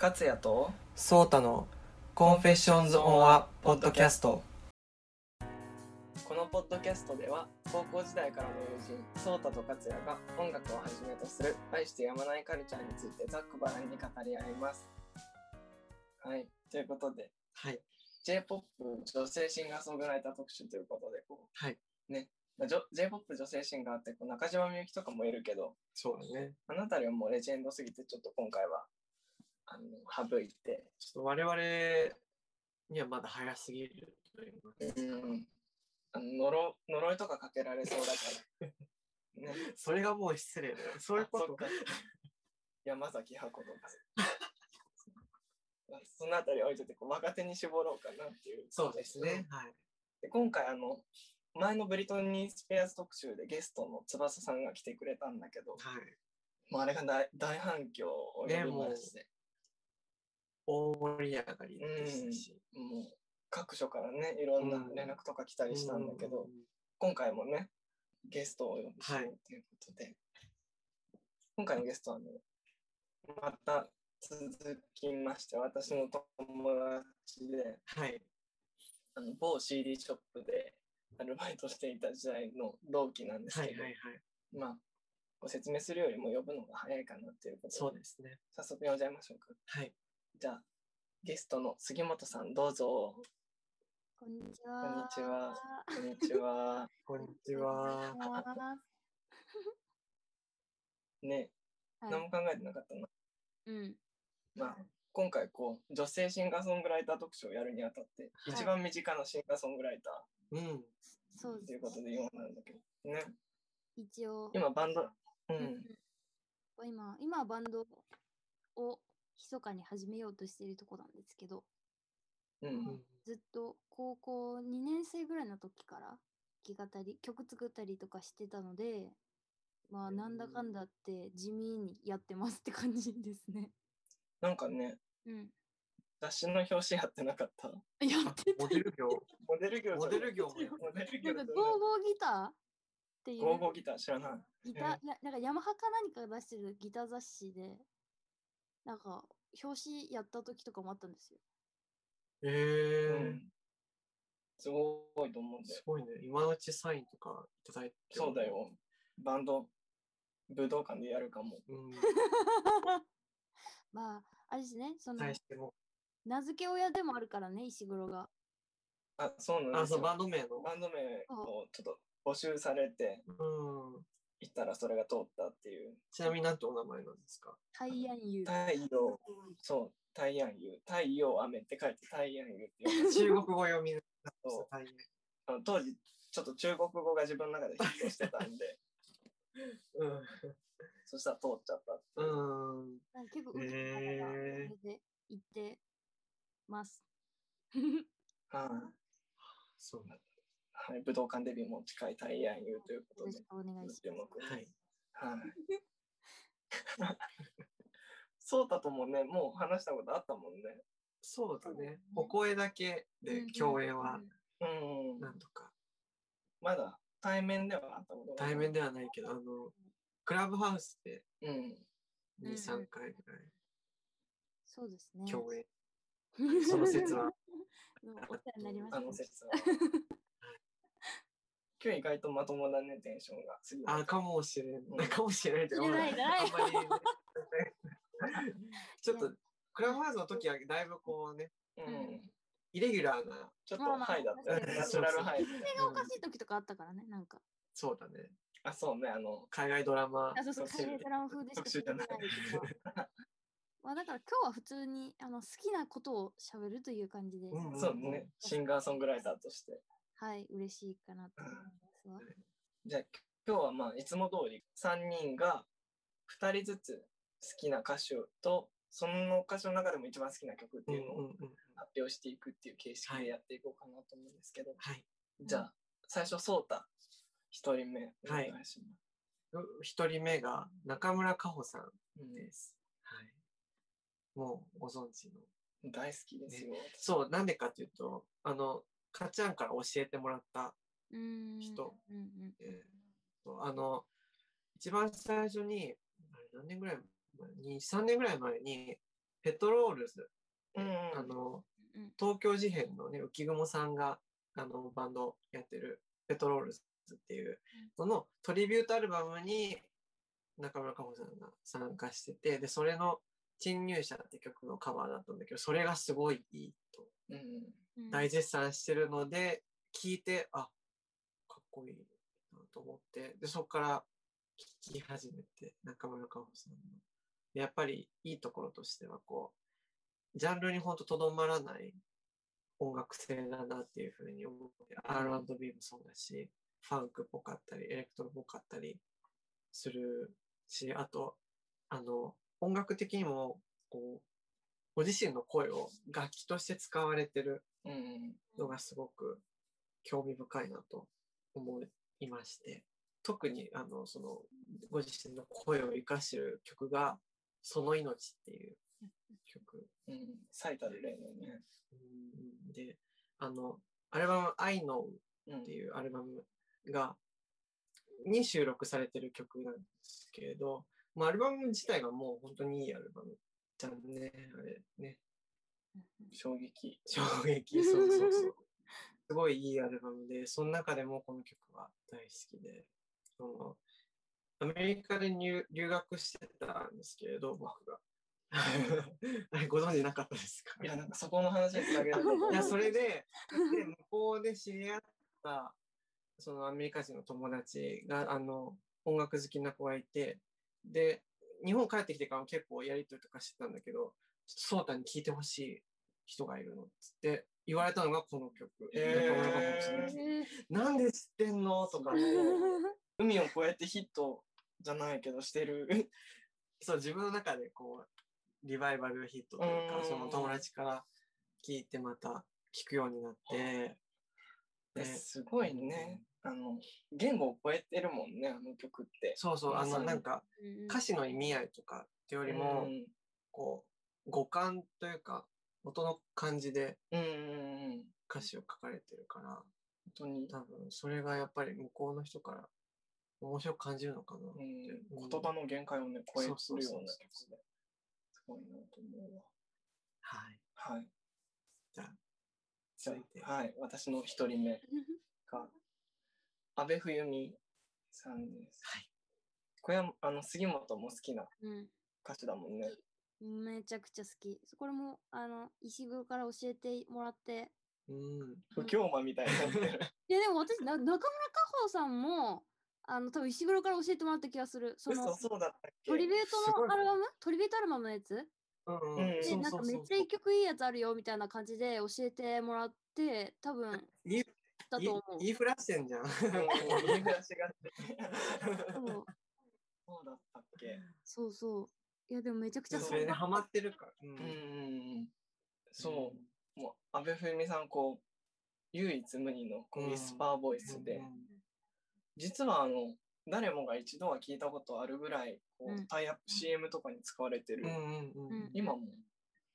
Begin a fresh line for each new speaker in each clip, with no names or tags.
勝也と
ソータのコンフェッションズ・オン・ア・ポッドキャスト
このポッドキャストでは高校時代からの友人ソータと勝也が音楽をはじめとする愛してやまないカルチャーについてざっくばらんに語り合いますはいということで
はい
J-POP 女性シンガーソングライター特集ということでこう
はい
ねまあじょ J-POP 女性シンガーってこう中島みゆきとかもいるけど
そうだね
あの辺りはもうレジェンドすぎてちょっと今回はあの省いて
ちょっと我々にはまだ早すぎるというか
うんあの呪呪いとかかけられそうだか ら。ね、
それがもう失礼だよそういうこと
あそっか 山崎箱とか。 そのあたり置いといてこう若手に絞ろうかなっていう。
そうですね。はい
で今回あの前のブリトニー・スペアーズ特集でゲストの翼さんが来てくれたんだけど、
はい
もうあれが大大反響を呼びまして、
大盛り上がりでしたし、
もう各所からねいろんな連絡とか来たりしたんだけど、
うん
今回もね、ゲストをお呼びしよ
はいう
ということで、今回のゲストは、ね、また続きまして、私の友達で、
はい
あの某 CD ショップでアルバイトしていた時代の同期なんです
は
け
い
ど、
はいはい
まあ、ご説明するよりも呼ぶのが早いかなっていうこと
そう
で、
ですね
早速呼んじゃいましょうか。
はい
じゃあ、ゲストの杉本さん、どうぞ。
こんにち
こんに
は。
ちは。こんにち は。
こんにちは
こんにちは。
ね、
はい
何も考えてなかったな。
うん。
まあ、今回こう女性シンガーソングライター特集をやるにあたって、
はい
一番身近なシンガーソングライタ
うん
そう
ーと
で
いうこ
す
と
ね。
でようなんだけどね
一応、
今バンドう
うん
ん
うん今、今はバンドを密かに始めようとしているとこなんですけど、
う
うんん
ずっと高校2年生ぐらいの時から弾き語り、曲作ったりとかしてたので、まあ、
うん
なんだかんだって地味にやってますって感じですね。
なんかね
うん。
雑誌の表紙やってなかった
や
あ
ってた
モ。デル 業
モデル業
モデル業もやっ
モデル業だ
なんか、
ね
ゴーゴーギターっていう。
ゴーゴーギター知らない
ギター、いやなんかヤマハか何かが出してるギター雑誌で、なんか表紙やった時とかもあった んですよ。
え
う
ー
んすごいと思うんだよ
すごいね。今のうちサインとかいただいて。
そうだ。よバンド武道館でやるかも
うん。
まあ、あれですね、その
対、しても。
名付け親でもあるからね、石黒が。
あそうなん
あ、
です
そ
よ
う、バンド名の。
バンド名をちょっと募集されて
うん。
行ったらそれが通ったっていう
ちなみになんてお名前なんですか
タイアンユー。
太陽、そう、太陽湯、太陽雨って書いて太陽湯って呼んで
中国語読みの
そう
大変
あの当時、ちょっと中国語が自分の中でヒットしてたんで、 そしたら通っちゃったっていう。
うん。うん。
なんか結構受けた方が、そ
へー
れで行ってます。
は
そうなんだ。
い、はい、武道館デビューも近い太陽湯ということ
よろ
で
し、くお願いし
注
ます。
目です。
はい。
はい。そうたともね、もう話したことあったもんね。
そうだね。お声だけで共演は
うん
うん、
なんとか。
まだ対面ではあったことがない
対面ではないけど、あの、クラブハウスで
うん。
2、3回ぐら
そうですね
い。共演。
演
その説 は。
お世話になりました
あ。の説は。 今日意外とまともだね、テンションが。次
あ、かもしれ
うん
ん。かもしれんけど
知らない
あんまりね、ちょっと、クラブハウスの時はだいぶこうね、
う
うんん。
イレギュラーな、
ちょっ
ま
と
あまあ
ハイだったよね。
うん
ナチュラルハイ。
それがおかしい時とかあったからね、なんか。
そうだね、
あ、そうね、あの、
海外ドラマ
あ、そうそう、
特
カ
集
レードラマ風でしか
特集
喋
じゃ
れな
ない
いとか。 まあだから今日は普通にあの好きなことを喋るという感じで、
うん
そうね、シンガーソングライターとして。
はい、嬉しいかなと思いますわ。
じゃあ、今日はまあ、いつも通り3人が2人ずつ好きな歌手と、その歌手の中でも一番好きな曲って
うん
いうの
う
を
んうん。
発表していくっていう形式でやっていこうかなと思うんですけど、
はい。
じゃあ、最初、ソータ、1人目、お願いしま
う一人目が中村佳穂さん
す。うん
です。はい。もうご存知の。
大好きですよ。
そう、なんでかっていうと、あの、かっちゃんから教えてもらった、
うーん。
人
うんうん。
えーあの、一番最初に、あれ何年ぐらい前 ?2、3年ぐらい前に、ペトロールズ、
うんうん
あの、
うん
東京事変のね、浮雲さんが、あの、バンドやってる、ペトロールズっていう、そのトリビュートアルバムに中村佳穂さんが参加してて、で、それの、侵入者って曲のカバーだったんだけど、それがすごいいいと
うんうん
うん
大絶賛してるので、聞いて、あ、かっこいいなと思って、で、そこから聞き始めて、中村かほさんの。でやっぱりいいところとしては、こう、ジャンルにほんととどまらない音楽性だなっていうふうに思って、R&B もそうだし、ファンクっぽかったり、エレクトロっぽかったりするし、あと、あの、音楽的にも、こう、ご自身の声を楽器として使われてる
うんうん
のがすごく興味深いなと思いまして特にあのそのご自身の声を生かしてる曲が「その命」っていう曲
うん最たる例のね
うんであのアルバム「I know」
うん
っていうアルバムがに収録されてる曲なんですけれど、まあ、アルバム自体がもう本当にいいアルバムじゃんねあれね
衝撃
衝撃そうそうそうすごいいいアルバムでその中でもこの曲は大好きでそのアメリカで入留学してたんですけれど僕が あれご存知なかったですか
いやなんかそこの話につなげられ
い
た
やそれでで向こうで知り合ったそのアメリカ人の友達があの音楽好きな子がいてで日本帰ってきてからも結構やり取りとかしてたんだけどちょっと颯太に聴いてほしい人がいるのっつって言われたのがこの曲「
えー
中村佳穂さん
えー
なんで知ってんの?」とかね
海を越えてヒットじゃないけどして る
そう自分の中でこうリバイバルヒットという
う
か
ん
その友達から聞いてまた聴くようになって。です
ごいねあの言語を超えてるもんねあの曲って
そうそう、
ま
あ
さ
の、
に
なんか、
うん
歌詞の意味合いとかってよりも
う、ん
こう、五感というか、音の感じで
うんうんうん
歌詞を書かれてるから、
本当に
多分、それがやっぱり向こうの人から面白く感じるのかなって。
うん
うん
言葉の限界をね超え
そうそう
るよう
そう
な
そう
曲ですごいなと思うわ
はい。
はい
じゃあ、
じゃ
続いて
あはい私の一人目が阿部冬美さんです
はい
これはあの杉本も好きな
うん
歌手だもんね
うんめちゃくちゃ好き。これも、あの、石黒から教えてもらって。
うん。
不協和みたいになってる
いや、でも私、な中村佳穂さんも、あの、多分石黒から教えてもらった気がする。その
嘘、そうだったっけ
トリビュー
す
ト
ごい
の
ね
アルバムトリビュートアルバムのやつ
うん
うん
うん。
で、
そう
なん
そ
か
う
め
そ
っ
う
ちゃ一曲いいやつあるよみたいな感じで教えてもらって、多分
言い
だ
言い
と思う。
言いふらしてんじゃん。
うん言い出しがあって
そう
そうだったっけ
そうそう。いや、でもめちゃくちゃ
そ
ん
れで
な
ハマってるから。
う
う
んうん
ん。
うんそうもう阿部冬美さんこう唯一無二のこう
うん
ウィスパーボイスで、実はあの誰もが一度は聞いたことあるぐらいこう、
うん
タイアップ CM とかに使われてる、
うんうんうんう
うん
ん。
今も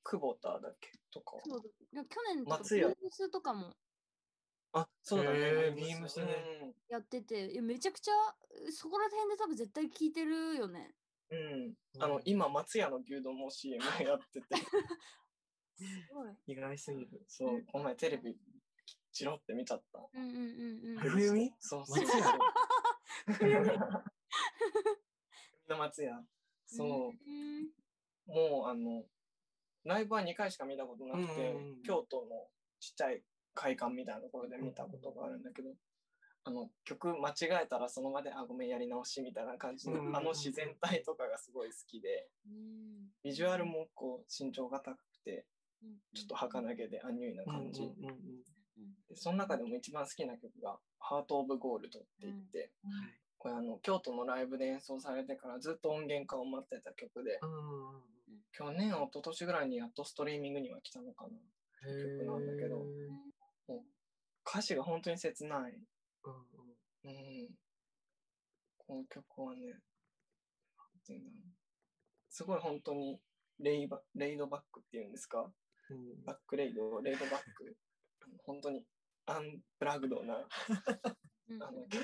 久保田だっけとか
そうだ去年とか、
松屋
ビームスとかも
あそうだね、
へー
ビームスね
やってて、いやめちゃくちゃ、そこら辺で多分絶対聞いてるよね。
うん、うんあの今松屋の牛丼も CM や ってて
すごい。
意外すぎる。
そううんこの前テレビチロって見ちゃった
うんうんうんうん。
ふゆみ
そうそう
松屋
そう。の松屋。そう、
うん
もうあの、ライブは2回しか見たことなくて、
うんうんうん
京都のちっちゃい会館みたいなところで見たことがあるんだけど、あの曲間違えたらその場で、あ、ごめん、やり直しみたいな感じの、
うんうんうん
あの自然体とかがすごい好きで、
うん
ビジュアルもこう身長が高くて、
うん
ちょっと儚げでアンニュイな感じ。
うんうんうん
でその中でも一番好きな曲が「ハート・オブ・ゴールド」って言って、
うん
はい
これあの京都のライブで演奏されてからずっと音源化を待ってた曲で
う
去年一昨年ぐらいにやっとストリーミングには来たのかな 曲なんだけど
へー
歌詞が本当に切ない、
うんうん
うん、この曲はねなんていうんだろうすごい本当にレイバレイドバックっていうんですか
うん
バックレイドレイドバック あの本当にアンプラグドな
うん
あの曲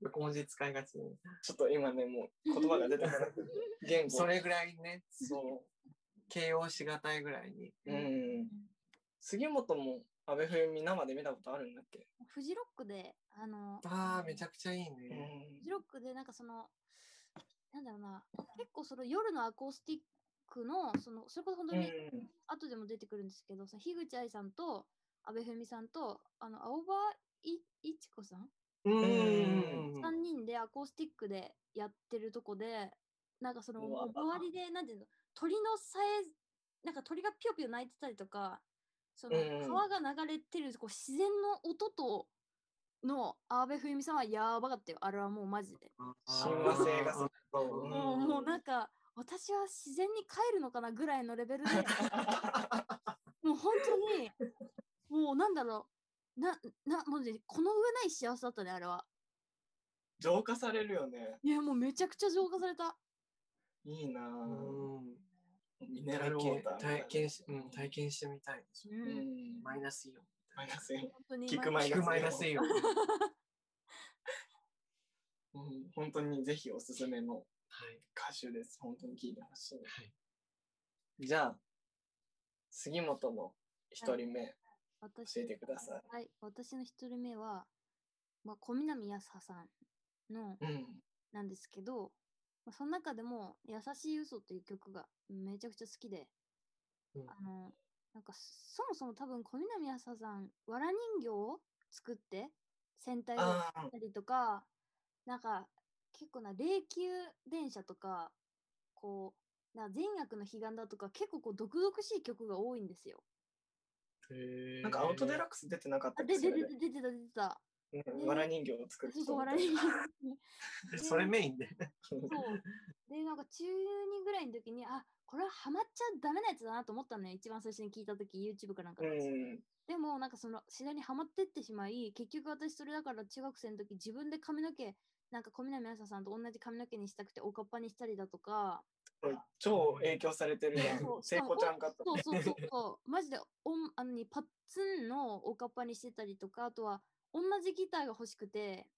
横文字使いがちね
ちょっと今ねもう言葉が出てこなくて言語
それぐらいね、
そう
形容しがたいぐらいに。
うん。杉本も安倍冬美生で見たことあるんだっけ、
フジロックで、あの、
ああ、めちゃくちゃいい
うん
ね。
フジロックでなんかその、なんだろうな、結構その夜のアコースティックの、その、それこそ本当
うん
に後でも出てくるんですけど、その樋口愛さんと阿部文さんと、あの、青葉いいちこさん、
うんん。
三 ?3 人でアコースティックでやってるとこで、なんかその、
うわ
終わりで、なんていうの、鳥のさえ、なんか鳥がピヨピヨ鳴いてたりとか、その
うん
川が流れてるこう自然の音との阿部文さんはやばかったよ。あれはもうマジで。
親和性がすごい
そう
うん
もうもうなんか私は自然に帰るのかなぐらいのレ ベルでもう本当にもうなんだろうななもうねこの上ない幸せだったねあれは
浄化されるよね
いやもうめちゃくちゃ浄化された
いいなぁ、
うん
ミネラ
体
ルウォーターみ
験
たいな
体験し、うん、体験してみたいです
う。
うんん
マイナスイオン。
マイナスイオン
本当に
聞く
まあ
マイナスイオン
マイ ナスイオン。は
うん本当にぜひおすすめの
い。
歌手です本当に聴いてほし
はい。
いじゃあ杉本の一人目、
私
教えてください
はい私の一人目は、まあ、小南やささんの
うん
なんですけど、まあ、その中でも「優しい嘘っていう曲がめちゃくちゃ好きで、
うん
あのなんかそもそも多分小南あささんわら人形を作って戦隊をや
ああ
ったりとかなんか結構な霊柩電車とかこうな善悪の彼岸だとか結構こう毒々しい曲が多いんですよ。
なんかアウトデラ
ッ
ックス出てなかった
あ
っけ
で
そ
で
れ
で
で
で出てた出てた。
うんわら人形を作る
そうそう
人み
わ
た
ら
い
人
な
形。
クそれメインで。
そう。で、なんか中2ぐらいの時に、あ、これはハマっちゃダメなやつだなと思ったのよ。一番最初に聞いた時、YouTube かなんか
う
で。
ん
でも、なんかその、次第にハマってってしまい、結局私それだから中学生の時、自分で髪の毛、なんか小南あささんと同じ髪の毛にしたくて、おかっぱにしたりだとか、
超影響されてるやん
そうし
聖
かも
子ちゃんかと
そうそうそうそう、マジでおんあのにパッツンのおかっぱにしてたりとか、あとは、同じギターが欲しくて、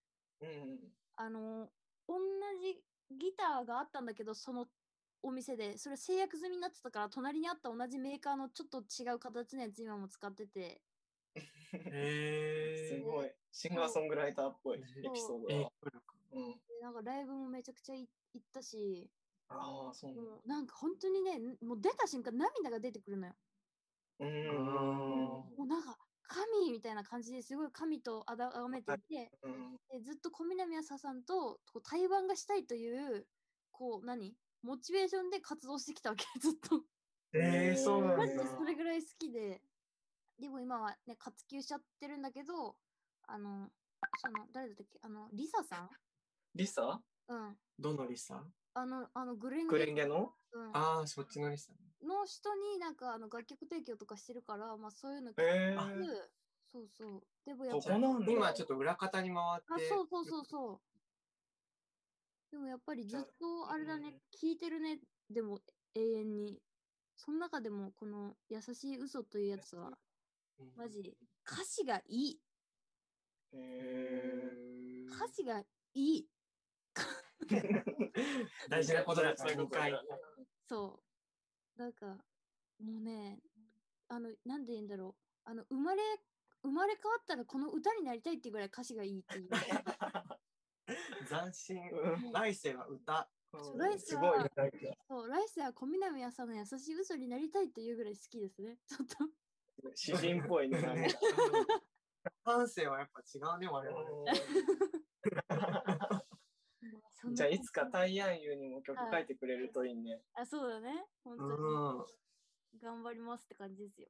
うん
あの、同じギターがあったんだけど、そのお店で、それ制約済みになってたから、隣にあった同じメーカーのちょっと違う形のやつ今も使ってて、
へ
す
え。
ごいシンガーソングライターっぽいエ
そう
ピソード
影
が
響力。
うん
でなんかライブもめちゃくちゃい行ったし、
ああそうなんだ
もうなんか本当にね、んもう出た瞬間涙が出てくるのよ。
うん
もうなんか神みたいな感じですごい神とあだがめていて、
うん
でずっと小南朝さんとこう対バンがしたいという、こう何モチベーションで活動してきたわけ、 ずっと。
ええ、そうな
マ
ん
ジ
だ
で。それぐらい好きで、でも今はね、活休しちゃってるんだけど、あの、その、誰だったっけ、あの、リサさん
リサ
うん。
どのリサ
あの、あの、グレン
グレン
ゲ
ゲの
うん、の
ああ、そっちのリサ。
人になんか、あの、楽曲提供とかしてるから、まあそういうの聞く、
え
あ
そうそう。でもやっ
そ
ぱ
こ
り、
なんだ
今ちょっと裏方に回
あ
っ、て。
そうそうそうそう。でもやっぱりずっとあれだね、聞いてるね、でも永遠に。その中でもこの優しい嘘というやつは、
うん
マジ歌詞がいい。
え
歌詞がいい。
大事なことだ
そういう
2
ことだ
回
ね。
そう。なんか、もうね、あの、なんで言うんだろう。あの、生まれ、生まれ変わったらこの歌になりたいっていうぐらい歌詞がい いっていう。
斬新。
うん
来世は歌。
そうライス
す
は
ごいねなんか
そう、来世は小南屋さんの優しい嘘になりたいっていうぐらい好きですね。ち ょっと。
詩人っぽいねなんか
感性はやっぱ違うね、我々。
そんな
じゃあいつかタイヤンユーにも曲
はい
書いてくれるといいね。
あ、そうだね。本当に。
うん。
頑張りますって感じですよ。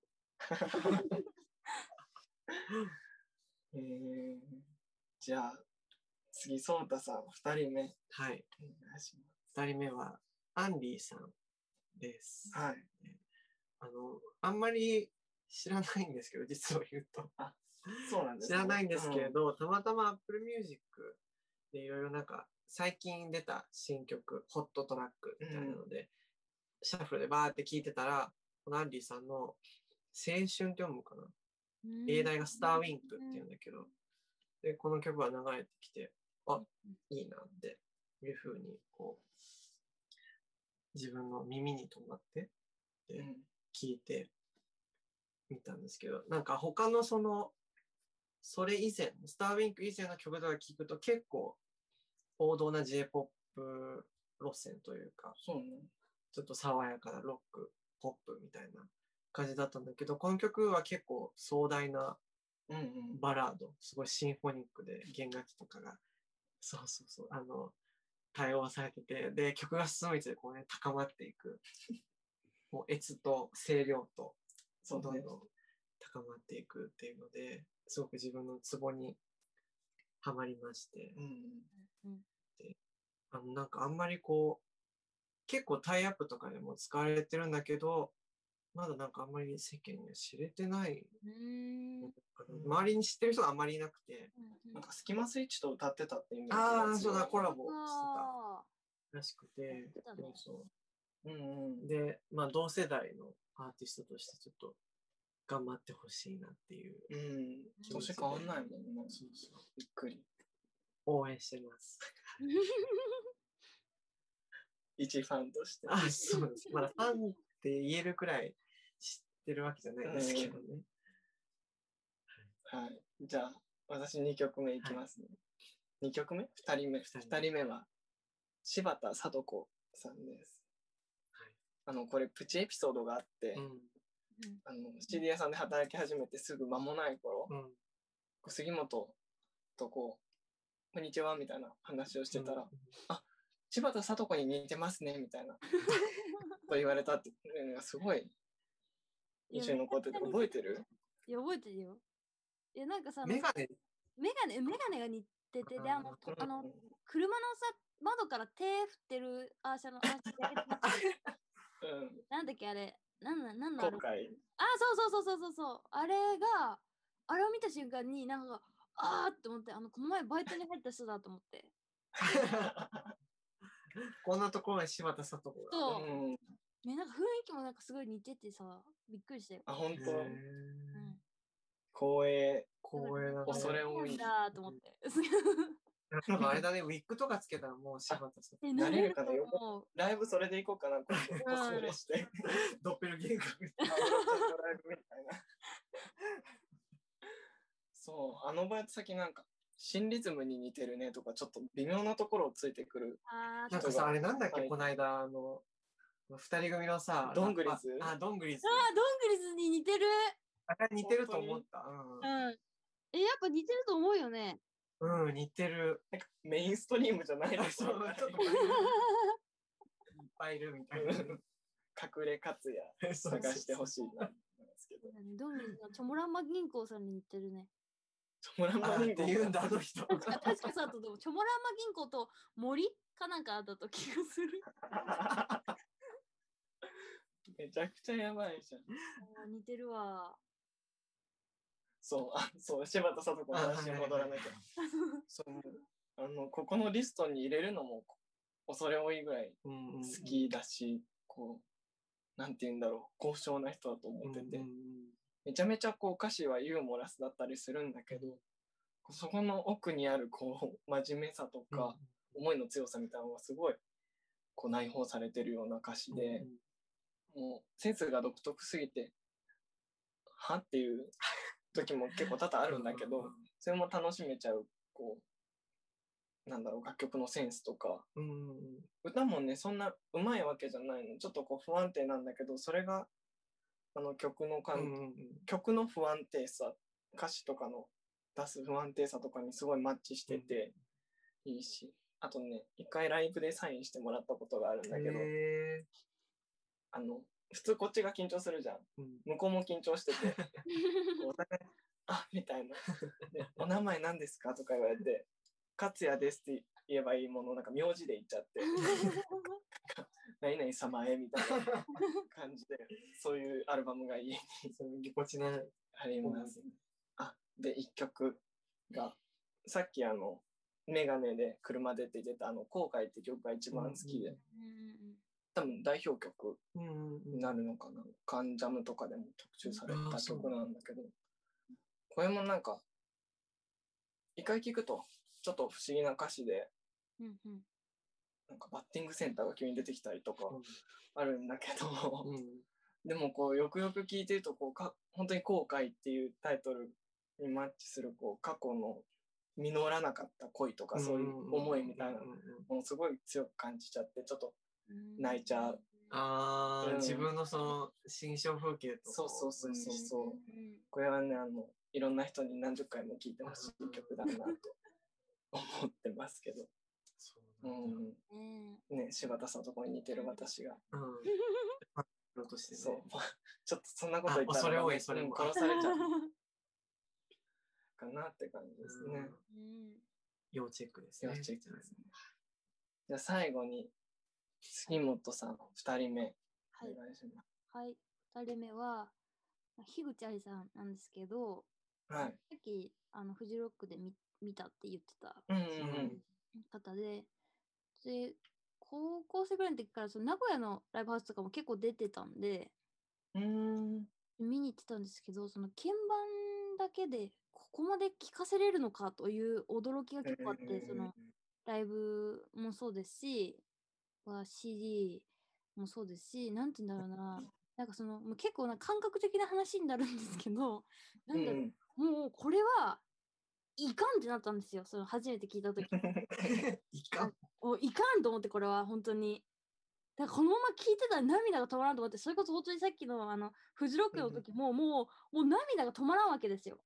えーじゃあ次、ソンタさん、二人目。お
はい。
願いし
二人目は、アンリーさんです。
ますはい。
あの、あんまり知らないんですけど、実を言うと。
そうなんです
知
ね、
らないんですけれど、たまたま Apple Music でいろいろなんか、最近出た新曲、ホットトラックみたいなので、シャッフルでバーって聴いてたら、このアンリーさんの青春って読むのかな例題がスターウィンクっていうんだけど、で、この曲が流れてきて、あ、いいなっていうふうに、こう、自分の耳に止まって、って聞いてみたんですけど、なんか他のその、それ以前、スターウィンク以前の曲とか聞くと結構王道な J-POP 路線というか、
そうね。
ちょっと爽やかなロック、ポップみたいな感じだったんだけど、この曲は結構壮大な
うんうん。
バラード、すごいシンフォニックで弦楽器とかが、そうそうそう、あの、対応されてて、で、曲が進むにつれてこうね、高まっていく。もう、越と声量と、
そう
ど
だ
んどん
ね。
高まっていくっていうので、すごく自分のツボにはまりまして、
うんうん。
うん
あの、なんかあんまりこう、結構タイアップとかでも使われてるんだけど、まだなんかあんまり世間には知れてない。
うーんうん
あの周りに知ってる人があんまりいなくて。
うん
なんか、スキマスイッチと歌ってたって意味
ああ、そうだ、コ
れ。
ラボしてた。
あ
らしくて、
だね
そうそ
うんうん
う。。で、まあ、同世代のアーティストとしてちょっと頑張ってほしいなっていう、
うん。年変わんないもんね。
そうそう
びっくり。
応援してます。
一ファンとして。
あ、そうです。まだファンって言えるくらい知ってるわけじゃないですけどね。
はい。じゃあ、私2曲目いきますね。2曲目 ?2 人目。
人目
2人目は、柴田聡子さんです。
はい
あの、これ、プチエピソードがあって、
うん。
あの、CD 屋さんで働き始めてすぐ間もない頃、
うん。
杉本とこう、こんにちはみたいな話をしてたら、柴田聡子に似てますねみたいな と言われたっていうのがすごい印象に残ってて
いや
覚えてる
いや覚えてるよ。いやなんかさ、
メガネ
メガネ、メガネが似てて、で、あの、とあの車のさ、窓から手振ってるアーシャ の、アーシャのやつ
う
なんだっけあれ、なんなん、なん
ん、
の
後
あれ
悔
あ、そうそうそうそうそうそう。あれが、あれを見た瞬間に、なんか、あーって思って、あの、この前バイトに入った人だと思って。
こんなところに柴田さとこ が。
う
そ
ん、
う。ね、なんか雰囲気もなんかすごい似ててさ、びっくりしたよ。
あ本
へ
当
ー
うん。
光栄
光栄だね
恐れ多い
なんだと思って。
なんかあれだね、ウィッグとかつけたらもう柴田さん。
え、
慣れ
慣れ
る
る
かな
かと
よ
思う。
ライブそれで行こうかな今度
うん
コスプレして
ドッペルゲンガーみた
あ
い
のちゃんとライブみたいなそうあのバイト先なんか新リズムに似てるねとかちょっと微妙なところをついてくる
な
あー、あ
なんかさ、あれなんだっけ、
はい
この間、あの、二人組のさ、
どんぐりず
ラッパーあ、どんぐりず。
ーどんぐりずに似てる。
あれ似てると思った。
うん。え、やっぱ似てると思うよね。
うん、うん、似てる。
なんかメインストリームじゃないです
そう、ちょっといっぱいいるみたいな。
隠れ活や
探
探してほ
しい。
しいななんですけど
どんぐりずのチョモランマ銀行さんに似てるね。
トムラ
あ
マ
っ
銀
て
行
言うんだ、あの 人。
確かさ、あとでもチョモランマ銀行と森かなんかあったと気がする。
めちゃくちゃやばいじゃん
あー似てるわ。
そうあそう柴田聡子の話に戻らなきゃそうあのここのリストに入れるのも恐れ多いぐらい
うんうん
好きだしこうなんて言うんだろう高尚な人だと思ってて、
うんうん
めちゃめちゃこう歌詞はユーモラスだったりするんだけどそこの奥にあるこう真面目さと
うん
か、思いの強さみたいなのがすごいこう内包されてるような歌詞で。
うん
もうセンスが独特すぎて、はっていう時も結構多々あるんだけど、それも楽しめちゃう、こう、なんだろう、楽曲のセンスとか、
うんうんうん
歌もね、そんなうまいわけじゃないの。ちょっとこう不安定なんだけど、それが、あの曲の
う
感、
んうんうん
曲の不安定さ、歌詞とかの出す不安定さとかにすごいマッチしてて、いいし、あとね、一回ライブでサインしてもらったことがあるんだけど、
へ
あの、普通こっちが緊張するじゃん。
ーうん
向こうも緊張してて、お互い、あみたいな。でお名前何ですかとか言われて、勝也ですって言えばいいもの、なんか名字で言っちゃって、何々様へみたい な感じで、そういうアルバムが家に
そういうぎこちない。
あります。あ、で、一曲が、さっきあの、メガネで車でって出たあの、後悔って曲が一番好き
う
で
ん、
うんうん
多分代表曲
うんうんうん
になるのかな。カンジャムとかでも特注された曲なんだけど、これもなんか、一回聞くと、ちょっと不思議な歌詞で、
うんうん
なんかバッティングセンターが急に出てきたりとか
うん
あるんだけど、
うん
でもこうよくよく聞いてるとこうか本当に後悔っていうタイトルにマッチするこう過去の実らなかった恋とかそういう思いみたいな
うんうんうんうん
もうすごい強く感じちゃってちょっと
うん
泣いちゃう。
あ
う
あ、
ん
自分のその心象風景とかを
そうそうそうそうそう
うんうんうん
これはねあのいろんな人に何十回も聴いてほしい曲だなと思ってますけど、
そう
う
なんだ
ん
ね
ね、柴田さんとこに似てる私が
うん。
え
プロとしてね
そう ちょっとそんなこと言った
あ恐れ
ら
多いそれ
うん
も
殺されちゃうかなって感じですね。
うん
要チェックです
要
ね。
チェックですね。じゃあ最後に杉本さん2人目
は
お
い
願いしま
はい、2人目は、まあ樋口愛さんなんですけど、
す。はい。
さっきあのフジロックで見見たって言ってた
うん
方で、で高校生ぐらいの時からその名古屋のライブハウスとかも結構出てたんで、
うんうん。うーん。
見に行ってたんですけど、その鍵盤だけでここまで聴かせれるのかという驚きが結構あって、そのライブもそうですし、は CD もそうですし、なんて言うんだろうな、なんかその、もう結構な感覚的な話になるんですけど、なんだろ
うん
う、もうこれはいかんってなったんですよ、その初めて聞いたとき。
いかん。
おいかんと思って、これは本当に。だからこのまま聞いてたら涙が止まらんと思って、それこそ本当にさっきのあのフジロックの時も、もう、もう涙が止まらんわけですよ。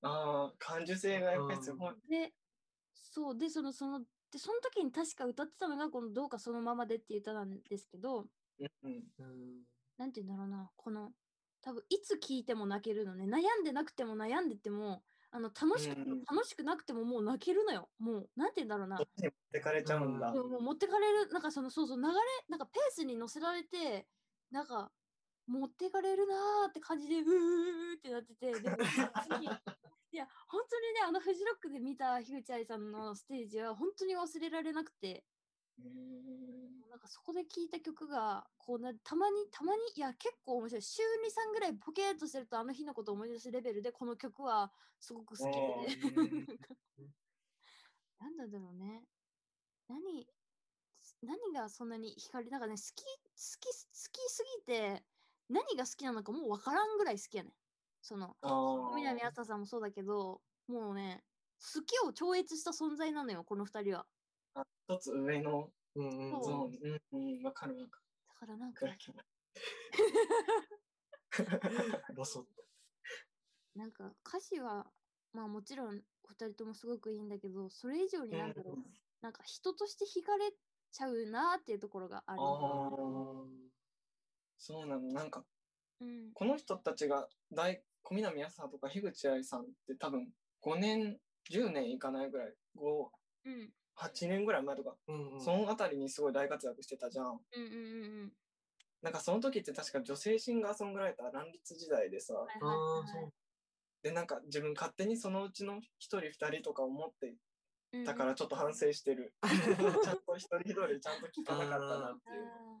ああ、感受性がやっぱりすごい。
で、そう、で、その、その、で、その時に確か歌ってたのが、このどうかそのままでっていう歌なんですけど、
うん。
うん。
なんて言うんだろうな、この、多分いつ聞いても泣けるのね。悩んでなくても悩んでても、あの楽しく、
うんうん
楽しくなくてももう泣けるのよ。もう、なんて言うんだろうな
どっ。ちに持ってかれちゃうんだ。
う
もう持ってかれる、なんかその、そうそう、流れ、なんかペースに乗せられて、なんか、持ってかれるなーって感じで、うーうーってなってて、でも本当にいや、本当にね、あのフジロックで見た樋口愛さんのステージは本当に忘れられなくて、
うーん
なんかそこで聴いた曲がこうなたまにたまにいや結構面白い週に3ぐらいボケーっとしてるとあの日のことを思い出すレベルでこの曲はすごく好き
お
でなんなんだろうね何何がそんなに惹かれなんかね好き好き好きすぎて何が好きなのかもう分からんぐらい好きやねんその
あー
南あささんもそうだけどもうね好きを超越した存在なのよこの2人は
あ一つ上の
うんうん。
そ
ゾ
う
ーン。うんうん、わかるわか
だからなんか
る。
ロソッと。
なんか歌詞はまあもちろん2人ともすごくいいんだけどそれ以上になんだろう、
うん
なんか人として惹かれちゃうなっていうところがある。
あーそうなの。なんか、
うん、
この人たちが大、小南康さとか樋口愛さんって多分5年、10年いかないぐらい、5、
うん、
8年ぐらい前とか、
うんうん。
そのあたりにすごい大活躍してたじゃん。
うん、うん、うん、うん。
なんかその時って確か女性シンガーソングライター乱立時代でさ、
はい
ああ、
はい
そ
は
う。
でなんか自分勝手にそのうちの一人二人とか思って
い。、
たかららちょっと反省して る。ちゃんと一人一人ちゃんと聞かなかったなって
うん
いう。
あー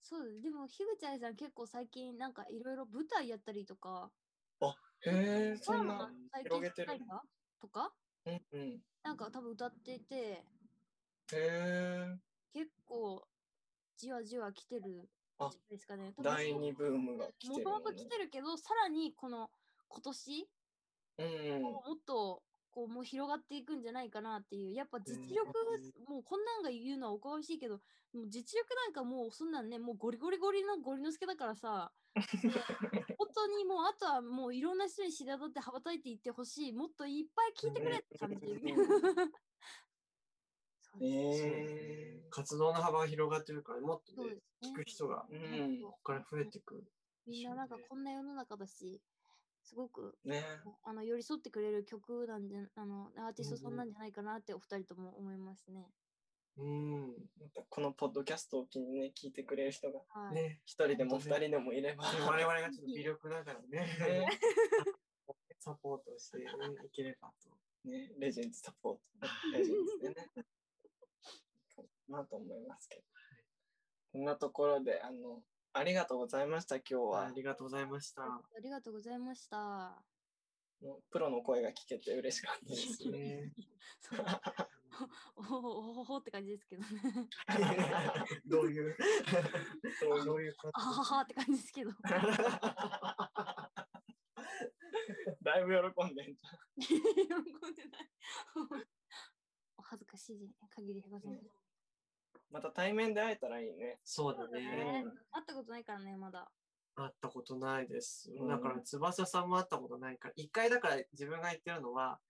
そうだでも樋口愛さん結構最近なんかいろいろ舞台やったりとか、
へえ、
ド
そ
ラ
ん
マ
な。
最近
広げてる
舞台がとか、
うんうん。へ
なんか多分歌ってて、
え。
結構じわじわ来てるんじゃ
あ
ないですかね。多分
第二ブームが来
も
て
と
るの
も
ね
と来てるけど、さらにこの今年、
うんうん。
もっとこうもう広がっていくんじゃないかなっていう、やっぱ実力、もうこんなんが言うのはおこがましいけど、もう実力なんかもうそんなんね、もうゴリゴリゴリのゴリの助だからさ、で本当にもうあとはもういろんな人に知り当たって羽ばたいていってほしい、もっといっぱい聞いてくれって感じ。そうです
そう
ええ。
活動の幅が広がってるから、もっと
そう
ね
で
聞く
す
人が、こ
う
ね。
ん。
そう
こから増えてくる。
みんななんかこんな世の中だし、すごく
ね。
あの寄り添ってくれる曲なんであのアーティストさ
うんう
ん
ん
なんじゃないかなってお二人とも思いますね。
うん。
なんかこのポッドキャストを気にね、聞いてくれる人が
はい。
ね。
一人でも二人でもいれば。
我々がちょっと微力ながらね
ね、
サポートしてねいければと。
ね、レジェンズサポート。レジェンズでね。なと思いますけど。こんなところで、あの、ありがとうございました、今日は
あ。りがとうございました。
ありがとうございました。
もうプロの声が聞けて嬉しかったです。
すね。
そうおほほほほって感じですけどね。
どういう、
そういう
どういう感
あはははって感じですけど。
だいぶ喜んでんじ
喜んでない。お恥ずかしい限りでございま
ゃ
す。
ん。また対面で会えたらいいね。
そうだ
え
ね。
ー
うん
会ったことないからね、まだ。
会ったことないです
う。ん
だから、翼さんも会ったことないから、一回だから自分が言ってるのは、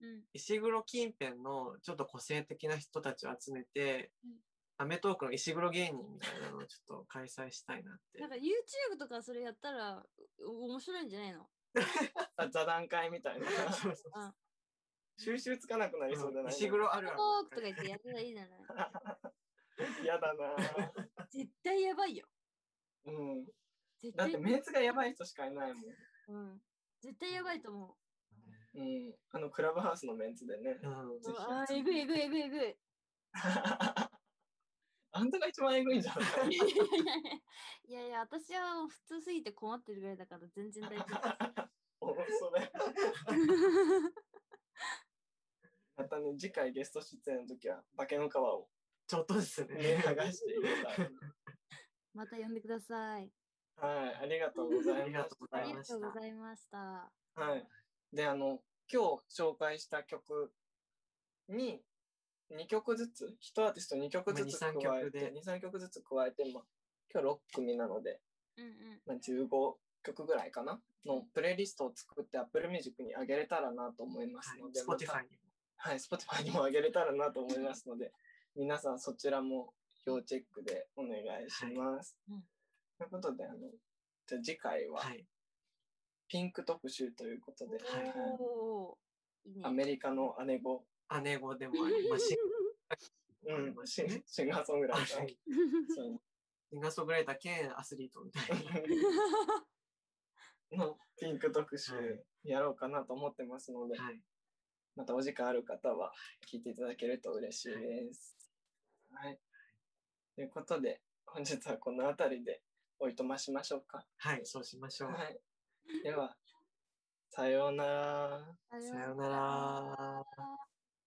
うん。
石黒近辺のちょっと個性的な人たちを集めて
うん、
アメトークの石黒芸人みたいなのをちょっと開催したいなって
なん。か YouTube とかそれやったらお面白いんじゃないの
あ座談会みたいな。
そうそうそう
うん
収集つかなくなりそうじゃない
石黒あるある。
トークとか言ってやったらいいじゃない
嫌だな。
絶対やばいよ。
うん。
絶
だっ
対
てメンツがやばい人しかいないもん。
うん、絶対やばいと思
うん。あのクラブハウスのメンツでね。
うん
ぜ
う。
ひ
あーえぐいえぐいえぐいえぐい。
あんたが一番えぐいんじゃない
いやいや、私は普通すぎて困ってるぐらいだから全然大丈 夫。
おそれ。またね、次回ゲスト出演の時は、化けの皮を
ちょっとですね。
ね剥がしていけたら
また呼んでください。
はい、ありがとうござ
あ
い
り
ま
が
す
と。うご
あ
ざい
り
ま
が
した
とう。ございました。
はい。で、あの、今日紹介した曲に、2曲ずつ、1アーティスト2曲ずつ加
まあ2 3曲
えて
で、
2、3曲ずつ加えて、まあ、今日6組なので、
うんうん。
まあ、15曲ぐらいかなのプレイリストを作って Apple Music に上げれたらなと思いますので、
はい、Spotify に
はい、Spotify にも上げれたらなと思いますので、 皆さんそちらも要チェックでお願いします。
はいうん
ということで、あの、じゃあ次回
も。
は
はい。
ピンク特集ということで、
は
は
い
い
おお。いいね。
アメリカの姉御、
姉御でもありますし、
うん
う、ん
シンシンガーソングライター。 そう
シンガーソングライター兼アスリートみたいな。
のピンク特集
はい
やろうかなと思ってますので、
はい。
またお時間ある方は聞いていただけると嬉しいです。はい。ということで、本日はこの辺りでおいとましましょうか。
はい、そうしましょう。
はい。では、さようなら。
さ
さようなら。
ら。